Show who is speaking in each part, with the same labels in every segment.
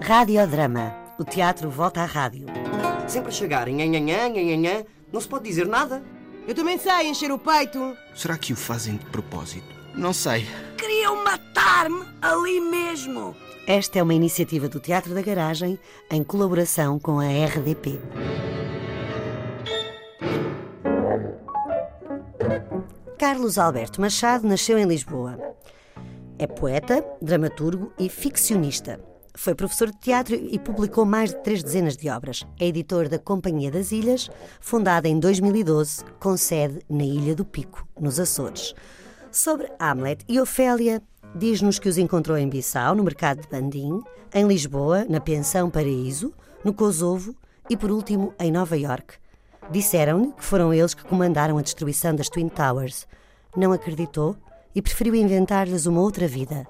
Speaker 1: Radiodrama. O teatro volta à rádio.
Speaker 2: Sempre a chegar em anhanhã, anhanhã, não se pode dizer nada.
Speaker 3: Eu também sei encher o peito.
Speaker 4: Será que o fazem de propósito? Não sei.
Speaker 5: Queriam matar-me ali mesmo.
Speaker 1: Esta é uma iniciativa do Teatro da Garagem em colaboração com a RDP. Carlos Alberto Machado nasceu em Lisboa. É poeta, dramaturgo e ficcionista. Foi professor de teatro e publicou mais de três dezenas de obras. É editor da Companhia das Ilhas, fundada em 2012, com sede na Ilha do Pico, nos Açores. Sobre Hamlet e Ofélia, diz-nos que os encontrou em Bissau, no mercado de Bandim, em Lisboa, na Pensão Paraíso, no Kosovo e, por último, em Nova York. Disseram-lhe que foram eles que comandaram a destruição das Twin Towers. Não acreditou e preferiu inventar-lhes uma outra vida,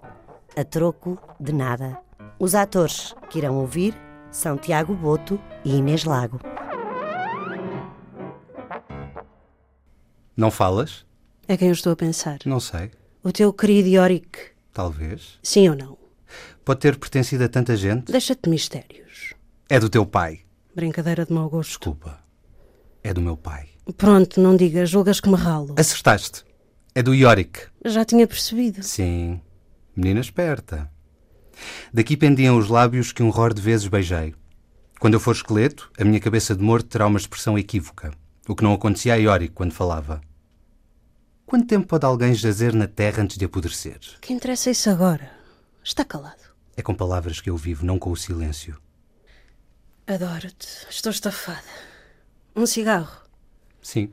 Speaker 1: a troco de nada. Os atores que irão ouvir são Tiago Boto e Inês Lago.
Speaker 6: Não falas?
Speaker 7: A É quem eu estou a pensar?
Speaker 6: Não sei.
Speaker 7: O teu querido Yorick.
Speaker 6: Talvez.
Speaker 7: Sim ou não?
Speaker 6: Pode ter pertencido a tanta gente?
Speaker 7: Deixa-te mistérios.
Speaker 6: É do teu pai.
Speaker 7: Brincadeira de mau gosto.
Speaker 6: Desculpa. É do meu pai.
Speaker 7: Pronto, não digas, julgas que me ralo.
Speaker 6: Acertaste. É do Yorick.
Speaker 7: Já tinha percebido.
Speaker 6: Sim. Menina esperta. Daqui pendiam os lábios que um ror de vezes beijei. Quando eu for esqueleto, a minha cabeça de morto terá uma expressão equívoca. O que não acontecia a Yorick quando falava. Quanto tempo pode alguém jazer na terra antes de apodrecer?
Speaker 7: Que interessa é isso agora? Está calado.
Speaker 6: É com palavras que eu vivo, não com o silêncio.
Speaker 7: Adoro-te. Estou estafada. Um cigarro.
Speaker 6: Sim.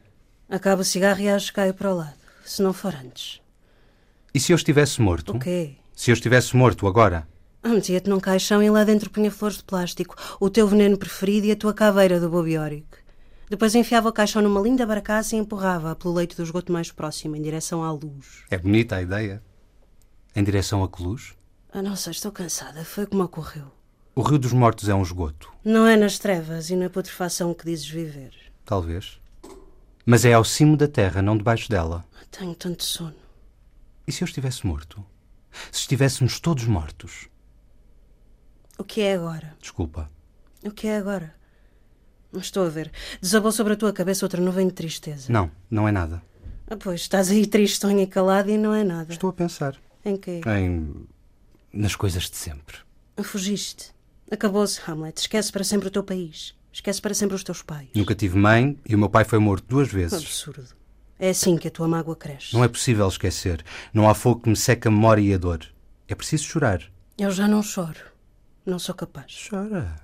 Speaker 7: Acabo o cigarro e acho que caio para o lado. Se não for antes.
Speaker 6: E se eu estivesse morto?
Speaker 7: O quê?
Speaker 6: Se eu estivesse morto agora?
Speaker 7: Ah, Metia-te num caixão e lá dentro punha flores de plástico, o teu veneno preferido e a tua caveira do bobiórico. Depois enfiava o caixão numa linda barcaça e empurrava-a pelo leito do esgoto mais próximo, em direção à luz.
Speaker 6: É bonita a ideia. Em direção a que luz?
Speaker 7: Ah, não sei, estou cansada. Foi como ocorreu.
Speaker 6: O Rio dos Mortos é um esgoto,
Speaker 7: Não é nas trevas e na putrefação que dizes viver.
Speaker 6: talvez. Mas é ao cimo da terra, não debaixo dela.
Speaker 7: Ah, Tenho tanto sono.
Speaker 6: E se eu estivesse morto? Se estivéssemos todos mortos?
Speaker 7: O que é agora?
Speaker 6: Desculpa.
Speaker 7: O que é agora? Não estou a ver. Desabou sobre a tua cabeça outra nuvem de tristeza.
Speaker 6: Não, não é nada.
Speaker 7: Ah, pois, estás aí tristonha e calada e não é nada.
Speaker 6: Estou a pensar
Speaker 7: Em quê?
Speaker 6: em. nas coisas de sempre.
Speaker 7: Fugiste. Acabou-se, Hamlet. Esquece para sempre o teu país. Esquece para sempre os teus pais.
Speaker 6: Nunca tive mãe e o meu pai foi morto duas
Speaker 7: Que
Speaker 6: vezes.
Speaker 7: absurdo. É assim que a tua mágoa cresce.
Speaker 6: Não é possível esquecer. Não há fogo que me seque a memória e a dor. É preciso chorar.
Speaker 7: Eu já não choro. Não sou capaz.
Speaker 6: Chora.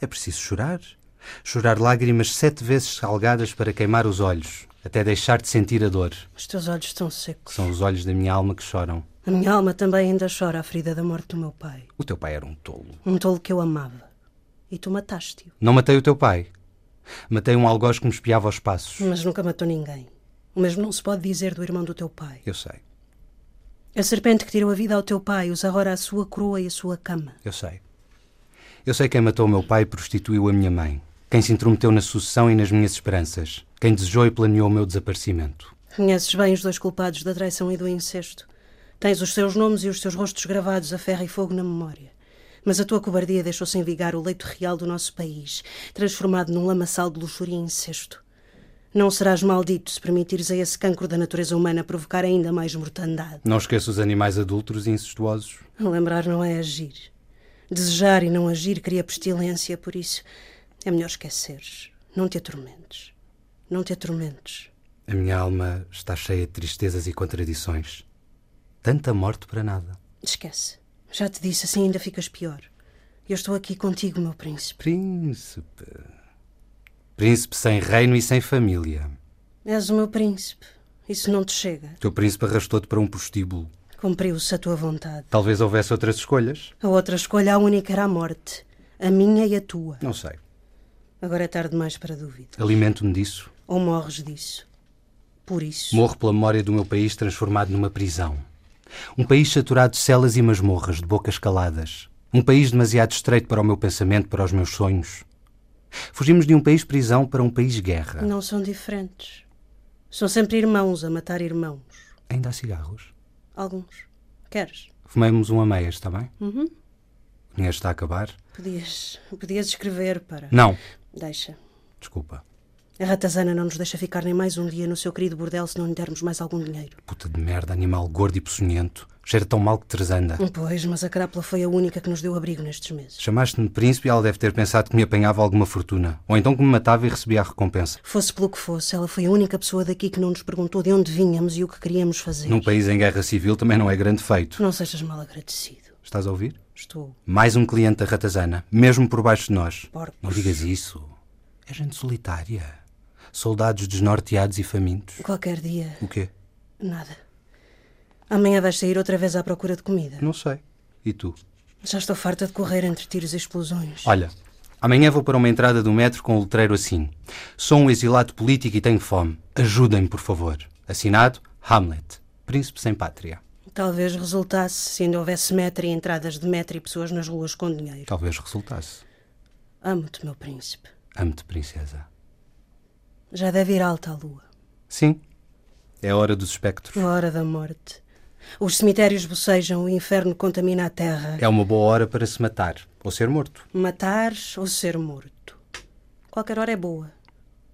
Speaker 6: É preciso chorar. Chorar lágrimas sete vezes salgadas para queimar os olhos, até deixar de sentir a dor.
Speaker 7: Os teus olhos estão secos.
Speaker 6: São os olhos da minha alma que choram.
Speaker 7: A minha alma também ainda chora a ferida da morte do meu pai.
Speaker 6: O teu pai era um tolo.
Speaker 7: Um tolo que eu amava. E tu mataste-o.
Speaker 6: Não matei o teu pai. Matei um algoz que me espiava aos passos.
Speaker 7: Mas nunca matou ninguém. O mesmo não se pode dizer do irmão do teu pai.
Speaker 6: Eu sei,
Speaker 7: A serpente que tirou a vida ao teu pai usa agora a sua coroa e a sua cama.
Speaker 6: eu sei. Eu sei quem matou o meu pai e prostituiu a minha mãe. Quem se intrometeu na sucessão e nas minhas esperanças. Quem desejou e planeou o meu desaparecimento.
Speaker 7: Conheces bem os dois culpados da traição e do incesto. Tens os seus nomes e os seus rostos gravados a ferro e fogo na memória. Mas a tua cobardia deixou sem vigar o leito real do nosso país, transformado num lamaçal de luxúria e incesto. Não serás maldito se permitires a esse cancro da natureza humana provocar ainda mais mortandade.
Speaker 6: Não esqueça os animais adúlteros e incestuosos.
Speaker 7: Lembrar não é agir. Desejar e não agir cria pestilência, por isso é melhor esqueceres. Não te atormentes. Não te atormentes.
Speaker 6: A minha alma está cheia de tristezas e contradições. Tanta morte para nada.
Speaker 7: Esquece. Já te disse, assim ainda ficas pior. Eu estou aqui contigo, meu príncipe.
Speaker 6: Príncipe. Príncipe sem reino e sem família.
Speaker 7: És o meu príncipe. Isso não te chega.
Speaker 6: Teu príncipe arrastou-te para um prostíbulo.
Speaker 7: Cumpriu-se a tua vontade.
Speaker 6: Talvez houvesse outras escolhas.
Speaker 7: A outra escolha, a única, era a morte. A minha e a tua.
Speaker 6: Não sei.
Speaker 7: Agora é tarde demais para dúvida.
Speaker 6: Alimento-me disso.
Speaker 7: Ou morres disso. Por isso.
Speaker 6: Morro pela memória do meu país transformado numa prisão. Um país saturado de celas e masmorras, de bocas caladas. Um país demasiado estreito para o meu pensamento, para os meus sonhos. Fugimos de um país prisão para um país guerra.
Speaker 7: Não são diferentes. São sempre irmãos a matar irmãos.
Speaker 6: Ainda há cigarros.
Speaker 7: Alguns. Queres?
Speaker 6: Fumemos um tá a meias, está bem? Nem está a acabar?
Speaker 7: Podias, podias escrever para.
Speaker 6: Não.
Speaker 7: Deixa.
Speaker 6: Desculpa.
Speaker 7: A ratazana não nos deixa ficar nem mais um dia no seu querido bordel se não lhe dermos mais algum dinheiro.
Speaker 6: Puta de merda, animal gordo e peçonhento. Cheira tão mal que Teresanda.
Speaker 7: Pois, mas a crápula foi a única que nos deu abrigo nestes meses.
Speaker 6: Chamaste-me príncipe e ela deve ter pensado que me apanhava alguma fortuna. Ou então que me matava e recebia a recompensa.
Speaker 7: Fosse pelo que fosse, ela foi a única pessoa daqui que não nos perguntou de onde vinhamos e o que queríamos fazer.
Speaker 6: Num país em guerra civil também não é grande feito.
Speaker 7: Não sejas mal agradecido.
Speaker 6: Estás a ouvir?
Speaker 7: Estou.
Speaker 6: Mais um cliente da ratazana, mesmo por baixo de nós.
Speaker 7: Porcos.
Speaker 6: Não digas isso. É gente solitária. Soldados desnorteados e famintos.
Speaker 7: Qualquer dia,
Speaker 6: O quê?
Speaker 7: nada. Amanhã vais sair outra vez à procura de comida.
Speaker 6: Não sei. E tu?
Speaker 7: Já estou farta de correr entre tiros e explosões.
Speaker 6: Olha, amanhã vou para uma entrada do metro com o letreiro assim. Sou um exilado político e tenho fome. Ajudem-me, por favor. Assinado Hamlet, Príncipe sem Pátria.
Speaker 7: Talvez resultasse se ainda houvesse metro e entradas de metro e pessoas nas ruas com dinheiro.
Speaker 6: Talvez resultasse.
Speaker 7: Amo-te, meu príncipe.
Speaker 6: Amo-te, princesa.
Speaker 7: Já deve ir alta a lua.
Speaker 6: Sim. É a hora dos espectros.
Speaker 7: A hora da morte. Os cemitérios bocejam, o inferno contamina a terra.
Speaker 6: É uma boa hora para se matar ou ser morto.
Speaker 7: Matar ou ser morto. Qualquer hora é boa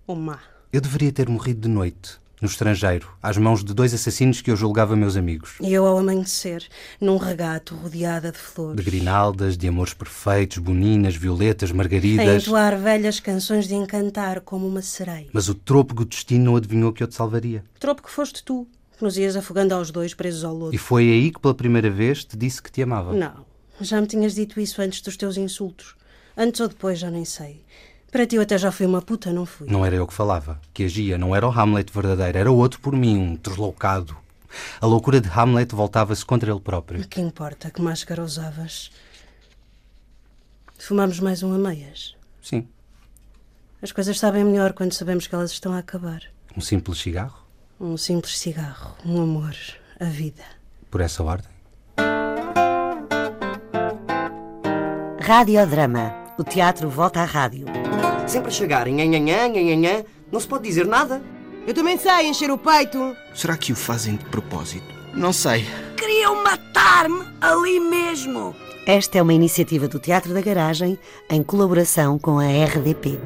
Speaker 7: ou má.
Speaker 6: Eu deveria ter morrido de noite, no estrangeiro, às mãos de dois assassinos que eu julgava meus amigos.
Speaker 7: E eu ao amanhecer, num regato rodeada de
Speaker 6: De
Speaker 7: flores,
Speaker 6: grinaldas, de amores perfeitos, boninas, violetas,
Speaker 7: a
Speaker 6: margaridas.
Speaker 7: entoar velhas canções de encantar como uma sereia.
Speaker 6: Mas o trôpego destino não adivinhou que eu te salvaria.
Speaker 7: Tropo que foste tu, que nos ias afogando aos dois presos ao lodo.
Speaker 6: E foi aí que pela primeira vez te disse que te amava.
Speaker 7: Não, já me tinhas dito isso antes dos teus insultos. Antes ou depois, já nem sei. Para ti eu até já fui uma puta, não fui?
Speaker 6: Não era eu que falava, que agia, não era o Hamlet verdadeiro, era outro por mim, um deslocado. A loucura de Hamlet voltava-se contra ele próprio.
Speaker 7: Que importa que máscara usavas? Fumamos mais um a meias.
Speaker 6: Sim,
Speaker 7: As coisas sabem melhor quando sabemos que elas estão a acabar.
Speaker 6: um simples cigarro,
Speaker 7: Um simples cigarro, um amor, a vida.
Speaker 6: por essa ordem.
Speaker 1: Radiodrama. O teatro volta à rádio.
Speaker 2: Sempre a chegar, nhanhanhã, nhanhanhã, não se pode dizer nada.
Speaker 3: Eu também sei encher o peito.
Speaker 4: Será que o fazem de propósito? Não sei.
Speaker 5: Queriam matar-me ali mesmo.
Speaker 1: Esta é uma iniciativa do Teatro da Garagem em colaboração com a RDP.